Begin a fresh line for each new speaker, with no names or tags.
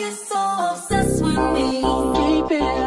you're so obsessed with me, baby.